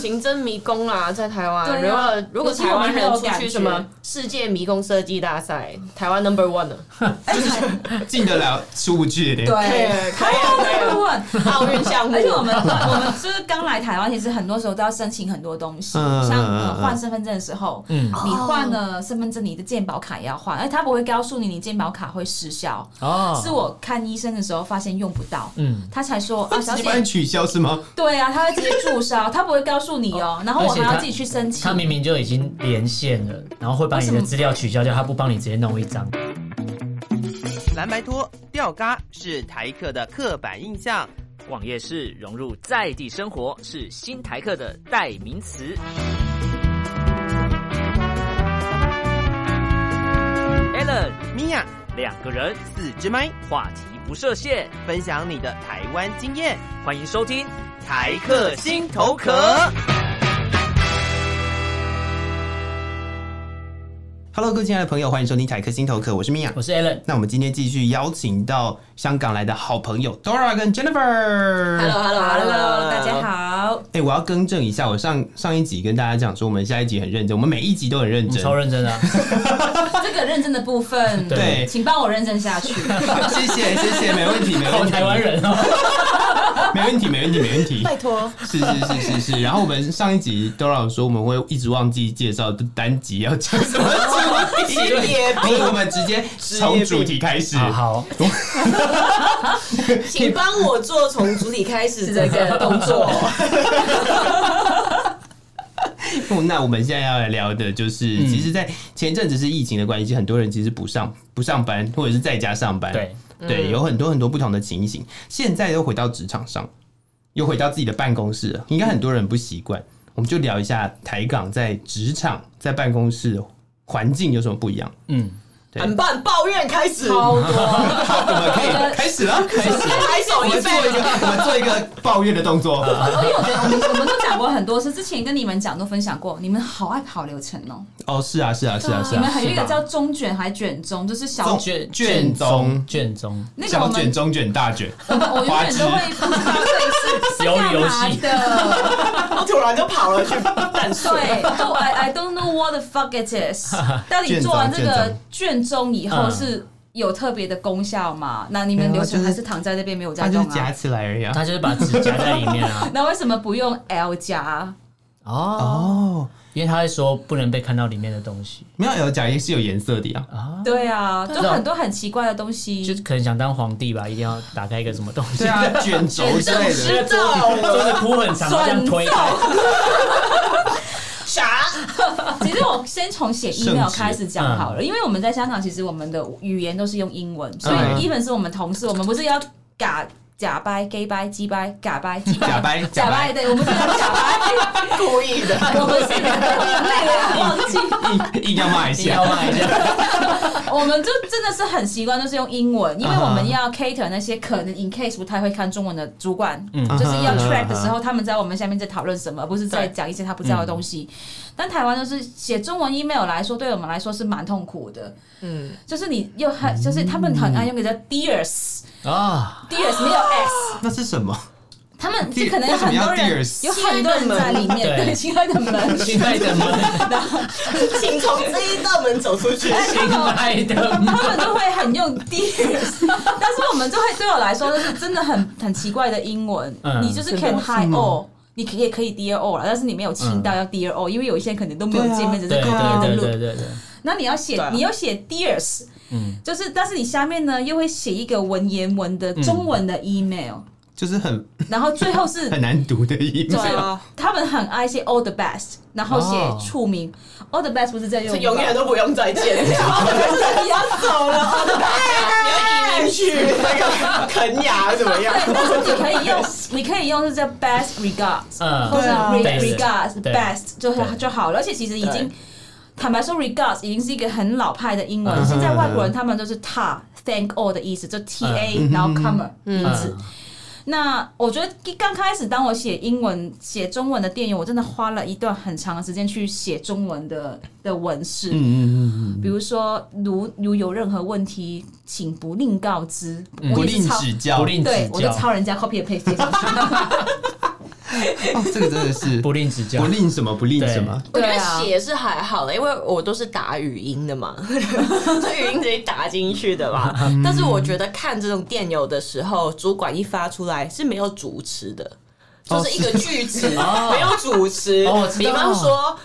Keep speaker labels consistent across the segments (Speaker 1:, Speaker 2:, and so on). Speaker 1: 刑侦迷宫啦，在台湾。
Speaker 2: 对啊
Speaker 1: 如果如果台湾人出去什么世界迷宫设计大赛，台湾 number one 了。
Speaker 2: 啊
Speaker 3: 进得了数据的。
Speaker 2: 对，
Speaker 1: 可以啊，可以啊，
Speaker 2: 问。
Speaker 1: 奥运项目
Speaker 2: 而。且我 们我们就是刚来台湾，其实很多时候都要申请很多东西，
Speaker 3: 嗯
Speaker 2: 像
Speaker 3: 嗯
Speaker 2: 呃
Speaker 3: 嗯
Speaker 2: 换身份证的时候，
Speaker 4: 嗯
Speaker 2: 你换了身份证，你的健保卡也要换，而他不会告诉你你健保卡会失效，
Speaker 4: 哦，
Speaker 2: 是我看医生的时候发现用不到。
Speaker 4: 嗯，
Speaker 2: 他才说啊，小
Speaker 3: 直接帮你
Speaker 2: 姐，
Speaker 3: 取消是吗？
Speaker 2: 对啊，他会直接注销，他不会告诉你哦，然后我还要自己去申请
Speaker 4: 他。明明就已经连线了，然后会把
Speaker 2: 为
Speaker 4: 你的
Speaker 2: 什么
Speaker 4: 资料取消掉，他不帮你直接弄一张。
Speaker 5: 蓝白拖、吊嘎是台客的刻板印象。
Speaker 6: 逛夜市融入在地生活是新台客的代名词。Allen
Speaker 5: 米娅，
Speaker 6: 两个人
Speaker 5: 四支麦，
Speaker 6: 话题不设限，
Speaker 5: 分享你的台湾经验，
Speaker 6: 欢迎收听。
Speaker 5: 台客心头壳。
Speaker 3: Hello，各位亲爱的朋友，欢迎收听《台客心头客》，我是米娅
Speaker 4: 我。是 Alan，
Speaker 3: 那我们今天继续邀请到香港来的好朋友 Dora 跟 Jennifer。
Speaker 2: Hello，大家。好。
Speaker 3: 哎、我要更正一下，我上上一集跟大家讲说，我们下一集很认真，我们每一集都很认
Speaker 4: 你
Speaker 3: 真。
Speaker 4: 超认真的啊，
Speaker 2: 这个认真的部分，
Speaker 3: 对
Speaker 2: 请帮我认真下去。
Speaker 3: 谢谢谢谢，没问题 没
Speaker 4: 好
Speaker 3: 问题，
Speaker 4: 台湾人哦。
Speaker 3: 没问题没问题没问题。
Speaker 1: 拜托，
Speaker 3: 是是是是是。然后我们上一集 Dora 说我们会一直忘记介绍单集要讲什么主题，
Speaker 1: 职业病
Speaker 3: 所以我们直接从主题开始。
Speaker 4: 好好，
Speaker 1: 请帮我做从主体开始这个动作。
Speaker 3: 那我们现在要来聊的就是，其实，在前阵子是疫情的关系，很多人其实不上不上班，或者是在家上班。
Speaker 4: 对
Speaker 3: 对，有很多很多不同的情形。现在又回到职场上，又回到自己的办公室了，应该很多人不习惯。我们就聊一下台港在职场、在办公室环境有什么不一样。
Speaker 4: 嗯，
Speaker 3: 对
Speaker 1: 很棒，抱怨开始，
Speaker 2: 超多，
Speaker 3: 好，我们可以开始了，开始。
Speaker 1: 拍手
Speaker 3: 我
Speaker 1: 一
Speaker 3: 们做一
Speaker 1: 份。
Speaker 3: 个，我们做一个抱怨的动作。
Speaker 2: 因为我觉得我们我们都讲过很多次，之前跟你们讲都分享过，你们好爱跑流程哦。
Speaker 3: 哦，是啊，是啊，是啊，是
Speaker 2: 你们
Speaker 3: 啊。
Speaker 2: 还有一个
Speaker 4: 是吧
Speaker 2: 叫中卷还卷中，就是小
Speaker 3: 中
Speaker 4: 卷
Speaker 3: 卷宗
Speaker 4: 卷宗，
Speaker 2: 那个我
Speaker 3: 小
Speaker 2: 们
Speaker 3: 卷、中卷、大卷，
Speaker 2: 我永远都会不知道这是
Speaker 4: 鱿鱼
Speaker 2: 干
Speaker 4: 游
Speaker 2: 嘛
Speaker 4: 戏
Speaker 2: 的。
Speaker 1: 我突然就跑了去淡水。
Speaker 2: 对都，I I don't know what the fuck it is 。但你做完这个卷中以后
Speaker 4: 嗯
Speaker 2: 是有特别的功效吗？那你们
Speaker 3: 没
Speaker 2: 流
Speaker 3: 有啊
Speaker 2: 程
Speaker 3: 就是
Speaker 2: 还是躺在那边没有在
Speaker 3: 它就
Speaker 2: 动
Speaker 3: 是夹
Speaker 2: 啊？
Speaker 3: 起来而已啊。
Speaker 4: 他就是把纸夹在里面啊。
Speaker 2: 那为什么不用 L 加？
Speaker 4: 哦，
Speaker 3: 哦，
Speaker 4: 因为他会说不能被看到里面的东西
Speaker 3: 没有有夹也是有颜色的呀。
Speaker 4: 啊，
Speaker 2: 对啊，就
Speaker 4: 啊
Speaker 2: 很多很奇怪的东西。
Speaker 4: 就是可能想当皇帝吧，一定要打开一个什么东西。
Speaker 3: 对啊，卷轴之类的。
Speaker 1: 知道
Speaker 4: 桌子铺很长，这样推 开。
Speaker 1: 啥？
Speaker 2: 其实我先从写 email 开始讲好了，因为我们在香港，其实我们的语言都是用英文，所以
Speaker 3: 嗯
Speaker 2: even 是我们同事，我们不是要嘎假掰、gay 掰、鸡掰、嘎掰、鸡
Speaker 3: 假
Speaker 2: 掰、
Speaker 3: 掰，
Speaker 2: 假掰，对，我们不是要假掰，
Speaker 1: 故意的。
Speaker 2: 我们是累了忘记，
Speaker 3: 硬硬要骂一
Speaker 4: 硬要
Speaker 3: 下，
Speaker 4: 骂一下，
Speaker 2: 我们就真的是很习惯都是用英文，因为我们要 cater 那些可能 in case 不太会看中文的主管，就是要 track 的时候，他们在我们下面在讨论什么，而不是在讲一些他不知道的东西。但台湾就是写中文 email 来说，对我们来说是蛮痛苦的。嗯，就是你又很，就是他们很爱用个叫 dears，dears
Speaker 4: 啊，
Speaker 2: 没有 s，
Speaker 3: 那是什么？
Speaker 2: 他们就
Speaker 3: Dear-
Speaker 2: 可能有很多人
Speaker 3: 为什
Speaker 2: 有
Speaker 1: 么要 dears？
Speaker 2: 很多人在里面，
Speaker 4: 对
Speaker 2: 对，亲爱的们，
Speaker 4: 亲爱的们，
Speaker 1: 请从这一道门走出去。
Speaker 4: 亲爱的 们，
Speaker 2: 他们就会很用 dears，但是我们就会对我来说，就是真的很 很奇怪的英文。
Speaker 4: 嗯
Speaker 2: 你就是 can hi all，你可以也可以 dear all 了，但是你没有亲到要 dear all，因为有一些人可能都没有见面，只是
Speaker 4: 对啊
Speaker 2: 看到的
Speaker 4: 对对
Speaker 2: 路
Speaker 4: 对。对对，
Speaker 2: 那你要写
Speaker 1: 啊，
Speaker 2: 你要写 dears，嗯，就是但是你下面呢又会写一个文言文的中文的 email，
Speaker 3: 就是很
Speaker 2: 然后最后是
Speaker 3: 很难读的音
Speaker 2: 对
Speaker 3: 色。
Speaker 1: 啊，
Speaker 2: 他们很爱写 all the best，然后
Speaker 4: 哦
Speaker 2: 写署名，all the best 不是在 用，
Speaker 1: 永远都不用再 见，
Speaker 2: 不要走了。
Speaker 1: 你要移民去那个肯雅怎么 样？
Speaker 2: 对，但是你可以用，你可以用是叫 best regards，
Speaker 4: 嗯
Speaker 2: 或是
Speaker 1: 对啊
Speaker 2: re-
Speaker 4: best
Speaker 2: regards
Speaker 4: 对
Speaker 2: best 就
Speaker 4: 对
Speaker 2: 就好了。而且其实已经
Speaker 1: 对
Speaker 2: 坦白说，regards 已经是一个很老派的英文，现在外国人他们都是 ta thank all 的意思，就 t a 然后 comer
Speaker 4: 嗯
Speaker 2: 名字。那我觉得一刚开始，当我写英文、写中文的电影，我真的花了一段很长的时间去写中文的的文饰。
Speaker 3: 嗯嗯
Speaker 2: 比如说，如如有任何问题，请不吝告知，
Speaker 3: 嗯，不
Speaker 2: 我一直
Speaker 3: 吝
Speaker 2: 抄
Speaker 3: 指
Speaker 4: 不
Speaker 3: 教。
Speaker 4: 吝指
Speaker 2: 对，我就
Speaker 4: 教，
Speaker 2: 抄人家 copy and paste 上去。
Speaker 3: 哦，这个真的是
Speaker 4: 不吝指教
Speaker 3: 不。吝什么不吝什么，
Speaker 1: 我觉
Speaker 2: 对
Speaker 1: 得
Speaker 2: 啊
Speaker 1: 写是还好了，因为我都是打语音的嘛， 所以语音直接打进去的嘛。
Speaker 4: 嗯
Speaker 1: 但是我觉得看这种电邮的时候，主管一发出来是没有主持的，就
Speaker 3: 哦
Speaker 1: 是一个句子、没有主持。
Speaker 4: 哦哦我知
Speaker 1: 比
Speaker 4: 道
Speaker 1: 方说。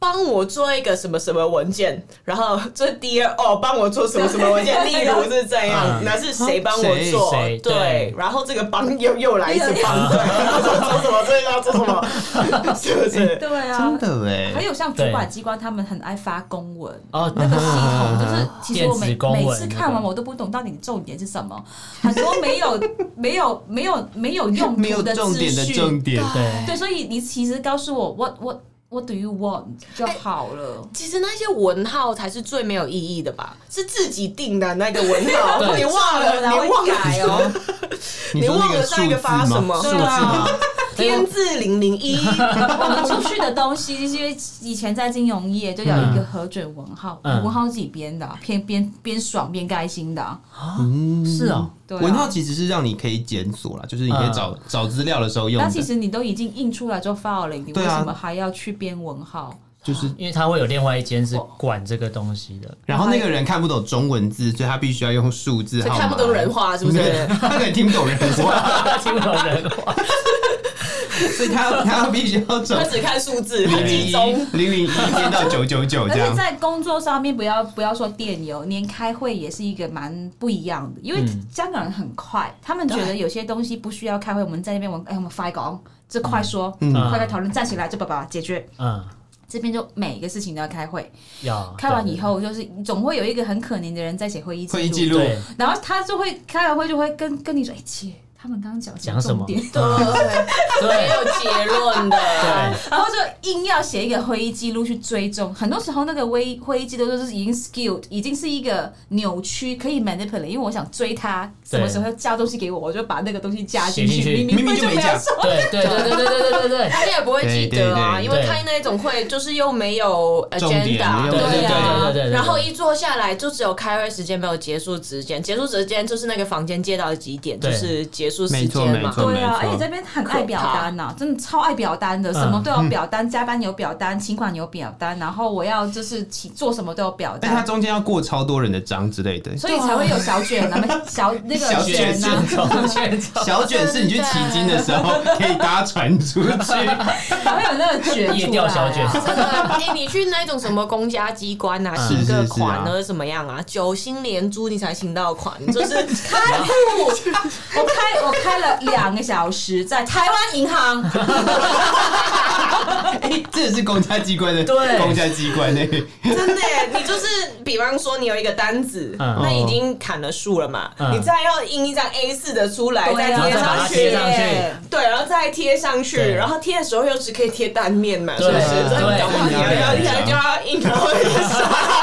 Speaker 1: 帮我做一个什么什么文件，然后这第二哦，帮我做什么什么文 件，例如是这样，
Speaker 4: 嗯
Speaker 1: 那、是谁帮我
Speaker 3: 谁
Speaker 1: 做？
Speaker 4: 谁
Speaker 1: 对
Speaker 4: 对，
Speaker 1: 然后这个帮又又来一次帮，对，做什么这要做什么，是不是？
Speaker 2: 对啊
Speaker 3: 真，的
Speaker 2: 还
Speaker 3: 哎，
Speaker 2: 有像主管机关，他们很爱发公文。
Speaker 4: 哦，
Speaker 2: 那个系统，就
Speaker 3: 啊
Speaker 2: 是其实我每
Speaker 4: 电子公文
Speaker 2: 每次看完我都不懂到底重点是什么，很多没有没有没有没有用
Speaker 3: 没有
Speaker 2: 途的
Speaker 3: 重
Speaker 2: 资
Speaker 3: 点的
Speaker 2: 讯
Speaker 3: 重，点，
Speaker 4: 对，
Speaker 2: 对，所以你其实告诉我 what what what do you want 就好了。
Speaker 1: 其实那些文号才是最没有意义的吧？是自己定的那个文号，
Speaker 4: 对
Speaker 1: 你忘了，
Speaker 2: 然后
Speaker 1: 你忘了，
Speaker 2: 改
Speaker 3: 然后
Speaker 2: 哦，
Speaker 3: 你
Speaker 1: 哎你
Speaker 3: 说
Speaker 1: 忘
Speaker 3: 那
Speaker 1: 了
Speaker 3: 个
Speaker 1: 上一
Speaker 3: 数
Speaker 1: 个发
Speaker 3: 字
Speaker 1: 什
Speaker 3: 吗？
Speaker 1: 么
Speaker 2: 数字吗
Speaker 4: 哦
Speaker 1: 对啊天字零零 一，
Speaker 2: 我们出去的东西，因为以前在金融业就有一个核准文号，
Speaker 4: 嗯
Speaker 2: 文号自己编的啊，边边边爽边开心的啊，
Speaker 4: 是哦，
Speaker 2: 对啊。
Speaker 3: 文号其实是让你可以检索啦，就是你可以找找资料的时候用
Speaker 2: 那
Speaker 3: 的，
Speaker 2: 其实你都已经印出来做 filing，你为
Speaker 3: 对啊
Speaker 2: 什么还要去编文号？
Speaker 3: 就是。
Speaker 4: 因为它会有另外一间是管这个东西的，
Speaker 3: 然后那个人看不懂中文字，所以他必须要用数字
Speaker 1: 所以
Speaker 3: 号码，
Speaker 1: 看不懂人话是 不是？
Speaker 3: 他可能听不懂人 话，
Speaker 4: 听不懂人话，
Speaker 3: 所以他他必须要找
Speaker 1: 他只看数字，
Speaker 3: 零
Speaker 1: 很
Speaker 3: 零
Speaker 1: 集
Speaker 3: 一
Speaker 1: 中。
Speaker 3: 零零一变到九九九
Speaker 2: 而
Speaker 3: 这
Speaker 2: 且
Speaker 3: 样。
Speaker 2: 在工作上面，不要不要说电邮，连开会也是一个蛮不一样的，因为
Speaker 4: 嗯
Speaker 2: 香港人很快，他们觉得有些东西不需要开会，我们在那边我们哎我们快讲，这快说，
Speaker 3: 嗯
Speaker 2: 快快讨论，站起来就把把解决。
Speaker 4: 嗯，
Speaker 2: 这边就每一个事情都要开会，
Speaker 3: 哦
Speaker 4: 要
Speaker 2: 开完以后就是总会有一个很可怜的人在写会议
Speaker 3: 会议
Speaker 2: 记
Speaker 3: 记
Speaker 2: 录，
Speaker 3: 录，
Speaker 4: 对
Speaker 2: 然后他就会开完会就会跟跟你说，哎姐，他们刚刚讲
Speaker 4: 讲什
Speaker 2: 重
Speaker 4: 么
Speaker 2: 点，
Speaker 1: 没
Speaker 4: 对
Speaker 1: 有结论的，
Speaker 4: 对，
Speaker 2: 然后就硬要写一个会议记录去追踪，很多时候那个会议会议记录都是已经 skewed，已经是一个扭曲可以 manipulate，因为我想追他什么时候交东西给我，我就把那个东西加进
Speaker 4: 写进
Speaker 2: 去，
Speaker 4: 去
Speaker 2: 明
Speaker 3: 明明
Speaker 2: 就
Speaker 3: 就
Speaker 2: 没
Speaker 3: 没
Speaker 2: 有
Speaker 3: 讲
Speaker 2: 说。
Speaker 4: 对对
Speaker 2: 啊
Speaker 4: 对对对对对对 对，
Speaker 1: 大家也不会记得啊，
Speaker 3: 对对对
Speaker 1: 因为开那种会就是又没有
Speaker 3: 重点
Speaker 1: agenda，
Speaker 3: 又没有
Speaker 4: 对
Speaker 1: 啊，
Speaker 4: 对对对对对
Speaker 1: 然后一坐下来就只有开会时间，没有结束时间，结束时间就是那个房间借到几点，就
Speaker 4: 对
Speaker 1: 是结束时
Speaker 3: 没错
Speaker 1: 间
Speaker 3: 没
Speaker 1: 嘛。
Speaker 3: 错
Speaker 2: 对啊，
Speaker 3: 没
Speaker 2: 而
Speaker 3: 错
Speaker 2: 且这边很爱表单呐、真的超爱表单的，
Speaker 4: 嗯
Speaker 2: 什么都有表单，加班有表单，请款有表单，然后我要就是起做什么都有表
Speaker 3: 但哎他
Speaker 2: 单，
Speaker 3: 中间要过超多人的章之类的。
Speaker 2: 所以才会有小卷啊，小那
Speaker 3: 小
Speaker 2: 个
Speaker 3: 卷
Speaker 2: 卷啊，
Speaker 4: 从卷走，
Speaker 3: 小卷是你去骑经的时候可以搭船出去，
Speaker 2: 才会有那个卷
Speaker 4: 夜
Speaker 2: 出来、
Speaker 4: 钓
Speaker 2: 啊。
Speaker 4: 小卷
Speaker 1: 真的，哎，你去那种什么公家机关啊，
Speaker 4: 嗯
Speaker 1: 请个
Speaker 3: 是是是
Speaker 1: 款
Speaker 3: 啊
Speaker 1: 或者怎么样啊，九星连珠你才请到款，就是
Speaker 2: 开户，我开我开了两个小时，在台湾银行，
Speaker 3: 哎， 这也是公家机关的，
Speaker 4: 对
Speaker 3: 公家机关的，哦
Speaker 1: 真的耶，你就是比方说你有一个单子，
Speaker 4: 嗯
Speaker 1: 那已经砍了树了嘛，
Speaker 4: 嗯
Speaker 1: 你再要印一张 A 四的出来，
Speaker 2: 对
Speaker 1: 再贴
Speaker 2: 啊
Speaker 4: 然后再把
Speaker 1: 上
Speaker 4: 它
Speaker 1: 去，
Speaker 4: 贴上去
Speaker 1: 对，然后再贴上去，
Speaker 4: 对
Speaker 1: 然后贴的时候又只可以贴单面嘛，是
Speaker 4: 对啊
Speaker 1: 不是？所以你
Speaker 4: 对啊
Speaker 1: 干嘛你要要要就要印，然后又傻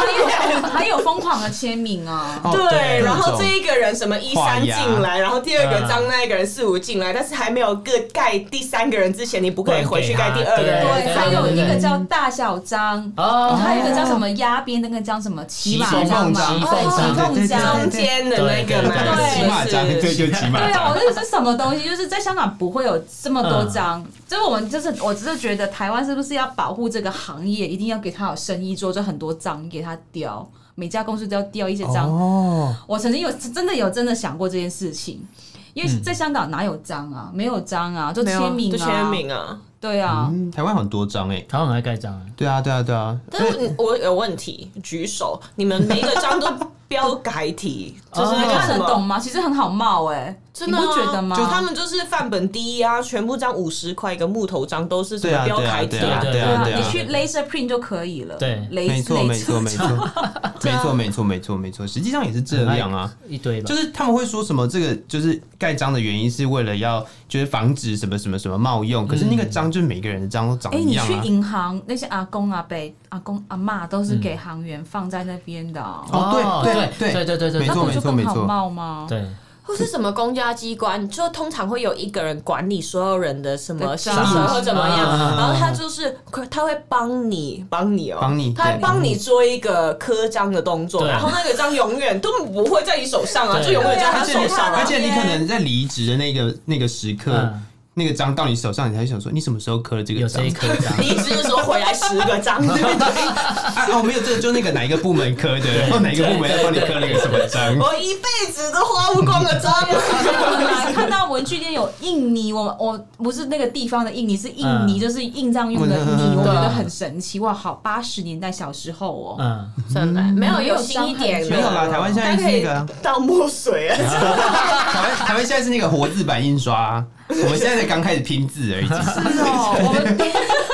Speaker 2: 还有还有疯狂的签名啊！
Speaker 3: 哦
Speaker 1: 对，
Speaker 3: 对
Speaker 1: 然后
Speaker 3: 各
Speaker 1: 这
Speaker 3: 种
Speaker 1: 一个人什么一
Speaker 3: 画
Speaker 1: 三
Speaker 3: 押
Speaker 1: 进来，然后第二个
Speaker 4: 嗯
Speaker 1: 张那一个人四五进来，但是还没有各盖第三个人之前，你不可以回去盖第二个人。
Speaker 4: 对
Speaker 2: 对，还有一
Speaker 4: 对
Speaker 2: 个
Speaker 4: 对
Speaker 2: 叫大小章，
Speaker 4: 哦，
Speaker 2: 还有一个叫什么鸦边，那个叫什么骑马
Speaker 3: 骑
Speaker 2: 章
Speaker 3: 凤
Speaker 2: 嘛，
Speaker 3: 章
Speaker 2: 哦
Speaker 4: 骑凤章
Speaker 2: 骑凤章
Speaker 1: 中。间的那个嘛，
Speaker 4: 对
Speaker 2: 对
Speaker 1: 是
Speaker 3: 骑
Speaker 1: 不
Speaker 3: 马
Speaker 1: 是
Speaker 3: 章，对，就骑马
Speaker 2: 对啊，我
Speaker 3: 章，
Speaker 2: 这是什么东西？就是在香港不会有这么多张，就是我们就是我只是觉得台湾是不是要保护这个行业，一定要给他有生意做，就很多章给他雕，每家公司都要雕一些章。
Speaker 3: 哦，
Speaker 2: 我曾经有真的有真的想过这件事情，因
Speaker 3: 嗯
Speaker 2: 为在香港哪有章啊？没有章啊，就签名
Speaker 1: 就
Speaker 2: 啊，
Speaker 1: 签，名啊。
Speaker 2: 对啊。
Speaker 3: 嗯，台湾很多章哎，
Speaker 4: 台湾很爱盖章啊，
Speaker 3: 对啊，对啊，对啊，
Speaker 1: 但是我有问题，举手，你们每一个章都标楷体，
Speaker 3: 嗯
Speaker 1: 就是那个
Speaker 2: 看
Speaker 1: 什
Speaker 2: 得懂
Speaker 1: 么，
Speaker 2: 吗？其实很好冒哎、
Speaker 1: 真的啊
Speaker 2: 你不觉得吗？
Speaker 1: 就他们就是范本第一啊，全部章五十块一个木头章，都是什
Speaker 3: 对
Speaker 1: 么
Speaker 3: 啊，
Speaker 1: 标
Speaker 3: 对
Speaker 1: 楷
Speaker 3: 啊，
Speaker 1: 体
Speaker 3: 对
Speaker 1: 啊
Speaker 3: 啊，。对
Speaker 2: 对
Speaker 3: 啊，
Speaker 2: 啊，
Speaker 3: 对
Speaker 2: 你
Speaker 3: 啊，
Speaker 2: 去 laser print 就可以了。
Speaker 4: 对
Speaker 2: 雷
Speaker 3: 没错，没错，
Speaker 2: 雷
Speaker 3: 没错，没错，没错，没错，没错，实际上也是这样啊。
Speaker 4: 一堆吧
Speaker 3: 就，是他们会说什么这个就是盖章的原因是为了要就是防止什么什么什么冒用，可是那个章就是每个人的章都长
Speaker 2: 嗯哎，
Speaker 3: 一
Speaker 2: 你
Speaker 3: 样
Speaker 2: 去
Speaker 3: 啊。
Speaker 2: 银行那些阿公阿伯、阿公阿嬷都
Speaker 3: 嗯
Speaker 2: 是给行员放在那边的啊、
Speaker 3: 哦，对
Speaker 4: 哦
Speaker 3: 对
Speaker 4: 对对对对
Speaker 3: 没
Speaker 2: 那
Speaker 3: 错
Speaker 2: 不
Speaker 3: 没
Speaker 2: 就
Speaker 3: 错
Speaker 2: 更
Speaker 3: 没
Speaker 2: 好
Speaker 3: 错，
Speaker 2: 冒吗？
Speaker 4: 对，
Speaker 1: 或是什么公家机关，就通常会有一个人管理所有人的什么薪
Speaker 2: 的
Speaker 1: 水
Speaker 2: 账
Speaker 1: 或怎么样，
Speaker 4: 啊
Speaker 1: 然后他就是他会帮你帮你哦、
Speaker 3: 帮你
Speaker 1: 他会
Speaker 3: 对
Speaker 1: 帮你做一个刻章的动作，
Speaker 4: 对
Speaker 1: 然后那个章永远都不会在你手上啊，
Speaker 4: 对
Speaker 1: 就永远在
Speaker 2: 对啊
Speaker 1: 他
Speaker 3: 而
Speaker 1: 手
Speaker 3: 且你
Speaker 1: 上、啊。
Speaker 3: 而且你可能在离职的那个那个时刻
Speaker 4: 嗯，
Speaker 3: 那个章到你手上，你才想说你什么时候刻了这个
Speaker 4: 有
Speaker 3: 章
Speaker 4: 这一？颗章，
Speaker 1: 离职的时候回来十个章，对不对？
Speaker 3: 啊哦，没有，这个就那个哪一个部门刻 的，然后哪一个部门要帮你刻那个什么章？
Speaker 1: 我一辈子都花不光的章。
Speaker 2: 所以我来看到文具店有印尼，我我不是那个地方的印尼，是印尼，
Speaker 4: 嗯
Speaker 2: 就是印章用的
Speaker 3: 嗯
Speaker 2: 泥，我觉
Speaker 1: 对
Speaker 2: 得
Speaker 1: 啊
Speaker 2: 很神奇哇！好，八十年代小时候哦，
Speaker 4: 嗯，
Speaker 1: 真的没有有新一点的，
Speaker 3: 没有啦，台湾现在是那个
Speaker 1: 大家
Speaker 3: 啊
Speaker 1: 可以倒墨水啊，
Speaker 3: 台湾台湾现在是那个活字版印刷、啊，我们现在才刚开始拼字而已。其实
Speaker 2: 是哦，我们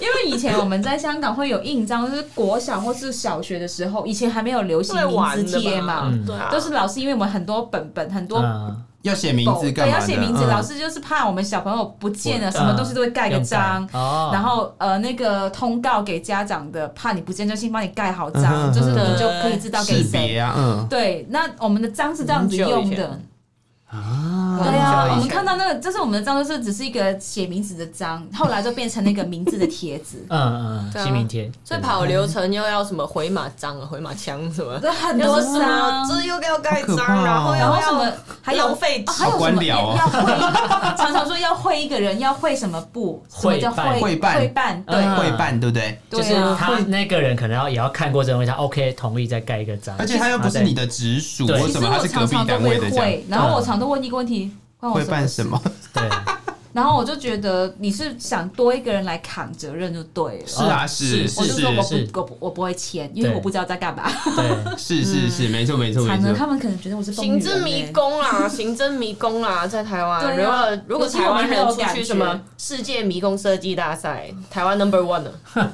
Speaker 2: 因为以前我们在香港会有印章，就是国小或是小学的时候，以前还没有流行
Speaker 1: 会
Speaker 2: 名字
Speaker 1: 玩的
Speaker 2: 贴嘛，
Speaker 4: 嗯
Speaker 1: 对啊，
Speaker 2: 都是老师因为我们很多本本很多。
Speaker 4: 嗯
Speaker 3: 要写名字干
Speaker 2: 对，要
Speaker 3: 嘛呢？
Speaker 2: 写名字，
Speaker 3: 嗯
Speaker 2: 老师就是怕我们小朋友不见了，
Speaker 4: 嗯
Speaker 2: 什么东西都会盖个章
Speaker 4: 用，盖哦，
Speaker 3: 啊
Speaker 2: 然后呃那个通告给家长的，怕你不见就先帮你盖好章，
Speaker 3: 嗯
Speaker 2: 就是你
Speaker 1: 嗯
Speaker 2: 就可以知道给
Speaker 3: 识
Speaker 2: 谁
Speaker 3: 别。啊，嗯
Speaker 2: 对，那我们的章是这样子
Speaker 1: 很
Speaker 2: 用
Speaker 1: 久以
Speaker 2: 的
Speaker 1: 前，
Speaker 3: 啊，
Speaker 2: 对
Speaker 1: 很
Speaker 2: 啊，
Speaker 1: 久以
Speaker 2: 我们
Speaker 1: 前
Speaker 2: 看到那个，就是我们的章，就是只是一个写名字的章，后来就变成那个名字的帖子
Speaker 4: 嗯嗯，
Speaker 1: 对啊
Speaker 4: 姓名贴，
Speaker 1: 所以跑流程又要什么回马章啊、回马枪什么，
Speaker 2: 这很
Speaker 1: 又
Speaker 2: 多
Speaker 1: 是什么
Speaker 2: 章，
Speaker 1: 这又要盖章，
Speaker 3: 好可怕哦
Speaker 1: 然后
Speaker 2: 然
Speaker 1: 要
Speaker 2: 后什么还有
Speaker 1: 浪费
Speaker 2: 啊还有什
Speaker 3: 好官
Speaker 2: 么
Speaker 3: 僚哦
Speaker 2: 要会， 常常说要会一个人，要会什么部，什么叫
Speaker 4: 会
Speaker 2: 会
Speaker 3: 办
Speaker 2: 会办，对
Speaker 4: 嗯
Speaker 3: 会办对不对？
Speaker 4: 就是
Speaker 2: 对啊
Speaker 4: 他那个人可能要也要看过这东西，他 OK 同意再盖一个章，
Speaker 3: 而且他又不是你的直属
Speaker 4: 对
Speaker 3: 或
Speaker 2: 其实
Speaker 3: 什么，他
Speaker 2: 我
Speaker 3: 是隔
Speaker 2: 常
Speaker 3: 壁
Speaker 2: 常都
Speaker 3: 单位
Speaker 2: 会
Speaker 3: 的这样。嗯
Speaker 2: 会，然后我常都问一个问题，关我
Speaker 3: 会办
Speaker 2: 事
Speaker 3: 什么？
Speaker 4: 对，
Speaker 2: 然后我就觉得你是想多一个人来扛责任就对了。
Speaker 3: 是啊，
Speaker 4: 哦
Speaker 3: 是
Speaker 4: 是
Speaker 2: 我就说我
Speaker 4: 是
Speaker 2: 不我不我不会签，因为
Speaker 4: 对
Speaker 2: 我不知道在干嘛。
Speaker 4: 对，
Speaker 3: 是是是，没错没错没
Speaker 2: 惨了，
Speaker 3: 错。
Speaker 2: 他们可嗯能觉得我是疯
Speaker 1: 行
Speaker 2: 女人
Speaker 1: 政
Speaker 2: 呢
Speaker 1: 迷。宫啦， 行政迷宫啦，在台湾，
Speaker 2: 对
Speaker 1: 如
Speaker 2: 啊
Speaker 1: 果如果
Speaker 2: 可是
Speaker 1: 台
Speaker 2: 我
Speaker 1: 湾
Speaker 2: 们
Speaker 1: 人
Speaker 2: 很有
Speaker 1: 出
Speaker 2: 感
Speaker 1: 去
Speaker 2: 觉
Speaker 1: 什么世界迷宫设计大赛，台湾 number one 啊呢？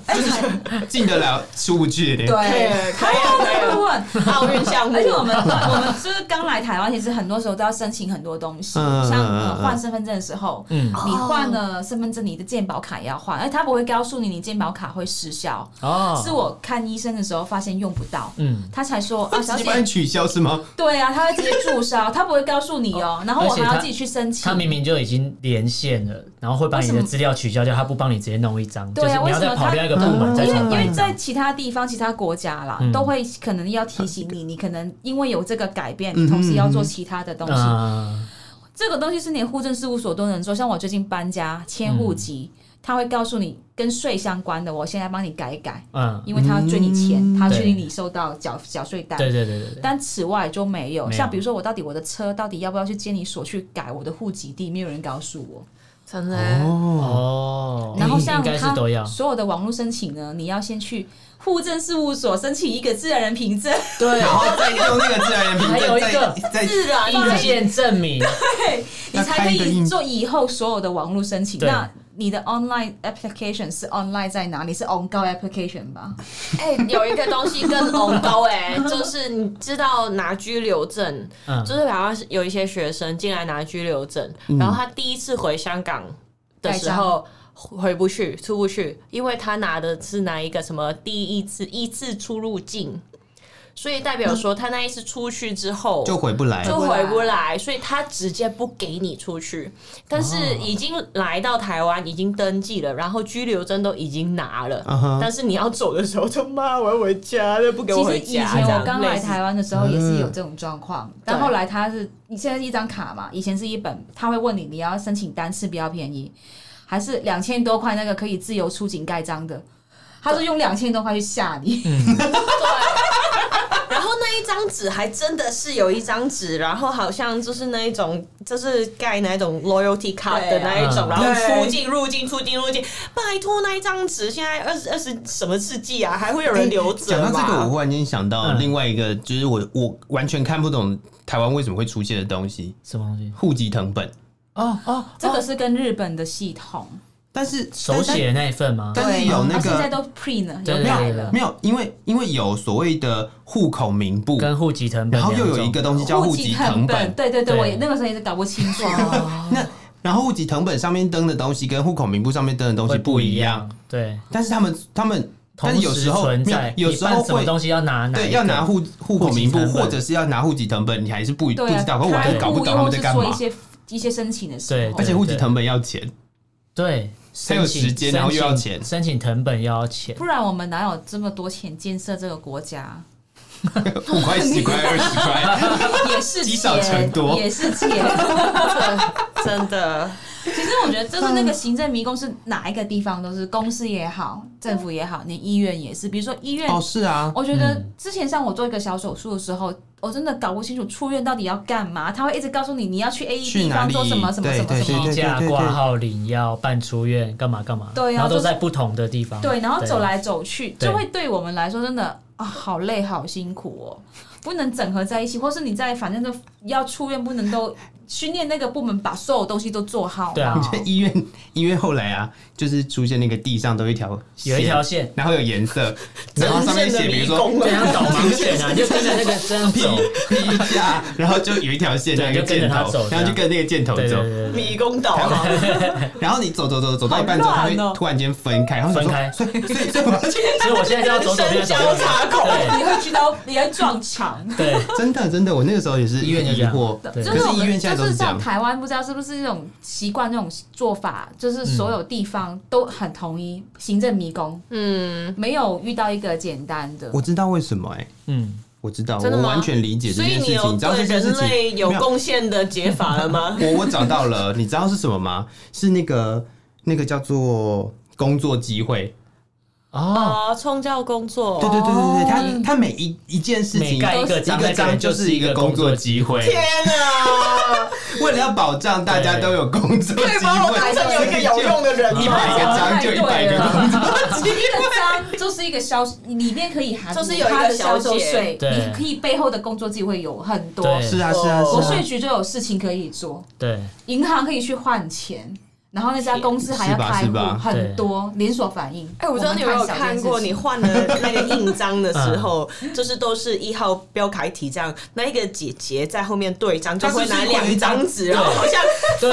Speaker 3: 进得了出不去 的。
Speaker 2: 对，啊
Speaker 1: 可以
Speaker 2: 不
Speaker 1: 可
Speaker 2: 问。
Speaker 1: 以，奥运项目，
Speaker 2: 哎而且 我们我们就是刚来台湾，其实很多时候都要申请很多东西，
Speaker 3: 嗯
Speaker 2: 像
Speaker 3: 嗯
Speaker 2: 呃
Speaker 3: 嗯
Speaker 2: 换身份证的时候，
Speaker 4: 嗯，
Speaker 2: 你换了身份证，你的健保卡也要换，而他不会告诉你你健保卡会失效，
Speaker 4: 哦，
Speaker 2: 是我看医生的时候发现用不到，
Speaker 4: 嗯，
Speaker 2: 他才说啊，小
Speaker 3: 一般
Speaker 2: 姐，
Speaker 3: 取消是吗？
Speaker 2: 对啊，他会直接注销，他不会告诉你哦，然后我还
Speaker 4: 而且
Speaker 2: 要
Speaker 4: 他
Speaker 2: 自己去申请
Speaker 4: 他。明明就已经连线了，然后会把你的资料取消掉，他不帮你直接弄一张，
Speaker 2: 对啊
Speaker 4: 就是你要
Speaker 2: 为什
Speaker 4: 再
Speaker 2: 么
Speaker 4: 跑
Speaker 2: 他
Speaker 4: 掉一个部门再
Speaker 2: 因为
Speaker 4: 重
Speaker 2: 因
Speaker 4: 办一
Speaker 2: 为
Speaker 4: 张
Speaker 2: 在，其他地方、其他国家啦，
Speaker 4: 嗯
Speaker 2: 都会可能要提醒你，你可能因为有这个改变，
Speaker 3: 嗯
Speaker 2: 你同时要做其他的东西。
Speaker 4: 嗯
Speaker 2: 这个东西是连户政事务所都能做，像我最近搬家迁户籍，
Speaker 4: 嗯
Speaker 2: 他会告诉你跟税相关的，我现在帮你改一改，
Speaker 4: 嗯，
Speaker 2: 因为他要追你钱，
Speaker 3: 嗯
Speaker 2: 他确定你收到缴缴税单。
Speaker 4: 对对对对对，
Speaker 2: 但此外就没有，
Speaker 4: 没有
Speaker 2: 像比如说我到底我的车到底要不要去监理所去改我的户籍地，没有人告诉我。
Speaker 1: 真的
Speaker 3: 哦，
Speaker 4: 哦，
Speaker 2: 然后像
Speaker 4: 应该是
Speaker 2: 他
Speaker 4: 都要，
Speaker 2: 所有的网络申请呢，你要先去户政事务所申请一个自然人凭 证，
Speaker 4: 对
Speaker 3: 然后再哦用那个自然人凭
Speaker 4: 还有
Speaker 3: 证，
Speaker 4: 一个
Speaker 3: 再再
Speaker 2: 自然
Speaker 4: 印件 证明，
Speaker 2: 你才可
Speaker 3: 要开一个印
Speaker 2: 以做以后所有的网络申请。
Speaker 4: 对
Speaker 2: 那你的 online application 是 online 在哪里？是 on go application 吧？
Speaker 1: 哎、有一个东西更红高哎、就是你知道拿居留证，
Speaker 4: 嗯
Speaker 1: 就是好像是有一些学生进来拿居留证，然后他第一次回香港的时候。回不去，出不去，因为他拿的是拿一个什么第一次一次出入境，所以代表说他那一次出去之后
Speaker 3: 就回不来
Speaker 1: 就
Speaker 3: 了。
Speaker 1: 回不来，所以他直接不给你出去。但是
Speaker 2: 哦
Speaker 1: 已经来到台湾，已经登记了，然后居留证都已经拿了
Speaker 2: 啊
Speaker 3: 嗯哼
Speaker 1: 但是你要走的时候，就妈我要回家，不给我
Speaker 2: 其
Speaker 1: 回
Speaker 2: 实以
Speaker 1: 家。
Speaker 2: 前
Speaker 1: 这样
Speaker 2: 我刚来，台湾的时候
Speaker 3: 类似
Speaker 2: 也是有这种状况，但
Speaker 1: 对
Speaker 2: 后来他是你现在是一张卡嘛，以前是一本，他会问你你要申请单次比较便宜，还是两千多块那个可以自由出境盖章的。他说用两千多块去吓你，
Speaker 4: 嗯
Speaker 1: 然后那一张纸还真的是有一张纸，然后好像就是那一种，就是盖那种 loyalty card
Speaker 2: 对
Speaker 1: 的
Speaker 2: 啊
Speaker 1: 那一种，
Speaker 4: 嗯
Speaker 1: 然后
Speaker 2: 对
Speaker 1: 出境入境出境入境，拜托那一张纸现在二十二十什么世纪啊，还会
Speaker 2: 哎
Speaker 1: 有人留着
Speaker 3: 讲
Speaker 1: 吗？
Speaker 3: 到这个，我忽然间想到
Speaker 4: 嗯
Speaker 3: 另外一个，就是我我完全看不懂台湾为什么会出现的东西
Speaker 4: 什么东西？
Speaker 3: ——户籍成本。
Speaker 4: 哦哦，
Speaker 2: 这个是跟日本的系统，
Speaker 3: 但是
Speaker 4: 手写的那一份吗？
Speaker 3: 但是有那
Speaker 2: 啊现在
Speaker 3: 个
Speaker 2: 都 print 了，
Speaker 4: 对
Speaker 2: 有
Speaker 4: 对
Speaker 2: 改
Speaker 4: 对对
Speaker 2: 了。
Speaker 3: 没有，因为因为有所谓的户口名簿，
Speaker 4: 跟户籍成本
Speaker 3: 然后
Speaker 4: 两种，
Speaker 3: 又有一个东西叫户籍成本。
Speaker 2: 对对对，我
Speaker 4: 对
Speaker 2: 也那个时候也是搞不清楚。
Speaker 3: 那然后户籍成本上面登的东西跟户口名簿上面登的东西
Speaker 4: 会不
Speaker 3: 不一
Speaker 4: 一
Speaker 3: 样，，
Speaker 4: 对。
Speaker 3: 但是他们他们，但
Speaker 4: 同
Speaker 3: 是有
Speaker 4: 时
Speaker 3: 时候
Speaker 4: 存
Speaker 3: 没
Speaker 4: 在，
Speaker 3: 有，有时
Speaker 4: 你
Speaker 3: 候
Speaker 4: 办什么
Speaker 3: 会
Speaker 4: 东西要拿哪一
Speaker 3: 对
Speaker 4: 个？
Speaker 3: 要拿户户口名簿
Speaker 4: 户，籍成本
Speaker 3: 或者是要拿户籍成本，你还是不不
Speaker 2: 对啊，
Speaker 3: 知道，可我还是搞不懂他们在
Speaker 2: 开
Speaker 3: 干
Speaker 2: 户又或。
Speaker 3: 嘛
Speaker 2: 是说一些一些申请的时
Speaker 4: 对
Speaker 2: 候
Speaker 3: 而，且户籍成本要钱，
Speaker 4: 对，
Speaker 3: 还有
Speaker 4: 申请
Speaker 3: 时间然后又要钱
Speaker 4: 申请成本又要钱，
Speaker 2: 不然我们哪有这么多钱建设这个国 家？
Speaker 3: 五块、十块、二十 块，
Speaker 2: 也是
Speaker 3: 积少成
Speaker 2: 钱，
Speaker 3: 多
Speaker 2: 也是钱。
Speaker 1: 真的，
Speaker 2: 其实我觉得，就是那个行政迷宫是哪一个地方都是，公司也好，政府也好，你医院也是。比如说医院，
Speaker 3: 哦，是啊，
Speaker 2: 我觉得之前像我做一个小手术的时候，我真的搞不清楚出院到底要干嘛。他会一直告诉你你要去 A E
Speaker 3: 去
Speaker 2: 地
Speaker 3: 哪
Speaker 2: 方
Speaker 3: 里
Speaker 2: 做什么什么什么
Speaker 3: 对
Speaker 2: 什么
Speaker 3: 对，
Speaker 4: 批假
Speaker 3: 对对
Speaker 4: 挂号、领药、办出院，干嘛干嘛，
Speaker 2: 对啊
Speaker 4: 然后
Speaker 2: 就
Speaker 4: 都
Speaker 2: 是
Speaker 4: 在不同的地方，
Speaker 2: 对，然后走来走去，
Speaker 4: 对
Speaker 2: 就会对我们来说真的啊，好累，好辛苦哦，不能整合在一起，或是你在反正都要出院，不能都训练那个部门把所有东西都做好嘛。
Speaker 4: 对啊
Speaker 3: 这医院医院后来啊，就是出现那个地上都有一条
Speaker 4: 有一条线，
Speaker 3: 然后有颜 色，然后上面写比如说
Speaker 1: 啊
Speaker 4: 就像导盲 犬啊，你就跟着那个这样走，
Speaker 3: 地下，然后就有一条线，
Speaker 4: 对
Speaker 3: 那个
Speaker 4: 就跟着
Speaker 3: 箭
Speaker 4: 它
Speaker 3: 头
Speaker 4: 走，
Speaker 3: 然后就跟那个箭头
Speaker 4: 对对
Speaker 3: 走。
Speaker 4: 对对，
Speaker 1: 迷宫岛啊，
Speaker 3: 然后你走走走走到一半之后，它
Speaker 2: 好
Speaker 3: 会
Speaker 2: 乱哦
Speaker 3: 突然间分开，然后你说
Speaker 4: 分开
Speaker 3: 所以所以所以我要去，
Speaker 4: 所以我现在就要走走右走右
Speaker 1: 人生交叉口
Speaker 2: 你会觉得你会撞墙。
Speaker 4: 对对，
Speaker 3: 真的真的，我那个时候也是
Speaker 4: 医院就这
Speaker 3: 疑
Speaker 4: 样
Speaker 3: 惑，
Speaker 4: 对
Speaker 2: 就是我
Speaker 3: 可是医
Speaker 2: 们
Speaker 3: 院现在
Speaker 2: 就
Speaker 3: 都是
Speaker 2: 是
Speaker 3: 这样
Speaker 2: 像台湾，不知道是不是这种习惯，这种做法，就是
Speaker 3: 嗯
Speaker 2: 所有地方都很统一，行政迷宫
Speaker 1: 嗯，
Speaker 2: 没有遇到一个简单的。
Speaker 3: 我知道为什么哎、
Speaker 4: 嗯，
Speaker 3: 我知道，
Speaker 1: 真的
Speaker 3: 我
Speaker 1: 吗
Speaker 3: 完全理解这
Speaker 1: 所
Speaker 3: 件
Speaker 1: 以
Speaker 3: 事
Speaker 1: 你
Speaker 3: 情。
Speaker 1: 有
Speaker 3: 你知道这
Speaker 1: 对
Speaker 3: 件事
Speaker 1: 人
Speaker 3: 情
Speaker 1: 类有
Speaker 3: 没有
Speaker 1: 贡献的解法了 吗？
Speaker 3: 我我找到了，你知道是什么吗？是那个那个叫做工作机会。
Speaker 4: 哦，
Speaker 1: 啊，创教工作，
Speaker 3: 对对对对对，他他每一一件事
Speaker 4: 每
Speaker 3: 情。
Speaker 4: 盖一个
Speaker 3: 一
Speaker 4: 章，
Speaker 3: 个章就
Speaker 4: 就是
Speaker 3: 一个工
Speaker 4: 工
Speaker 3: 作
Speaker 4: 作
Speaker 3: 机
Speaker 4: 机
Speaker 3: 会
Speaker 4: 会，，
Speaker 1: 啊，
Speaker 3: 为了要保障大家都有工作机
Speaker 1: 可以把我
Speaker 3: 会，
Speaker 1: 当成有一个有用的人
Speaker 3: 一百个章就一百个 工作。
Speaker 2: 一个章就是一个销，里面可以含
Speaker 1: 就是有一个
Speaker 2: 他的销售
Speaker 1: 小姐
Speaker 2: 税，
Speaker 4: 对
Speaker 2: 你可以背后的工作机会有很多。
Speaker 4: 对
Speaker 3: 是啊是啊
Speaker 2: 国
Speaker 3: 是
Speaker 2: 税
Speaker 3: 啊，
Speaker 2: 局就有事情可以做，
Speaker 4: 对，
Speaker 2: 银行可以去换钱，然后那家公司还要
Speaker 3: 是吧
Speaker 2: 开
Speaker 3: 是吧
Speaker 2: 户，很多连锁反应。
Speaker 1: 哎、我不知道你有没有
Speaker 2: 们小件
Speaker 1: 看
Speaker 2: 事
Speaker 1: 过，
Speaker 2: 情
Speaker 1: 你换了那个印章的时 候，嗯就是都是一号标楷体这样，那一个姐姐在后面对章，就会拿两张纸，然后好像翻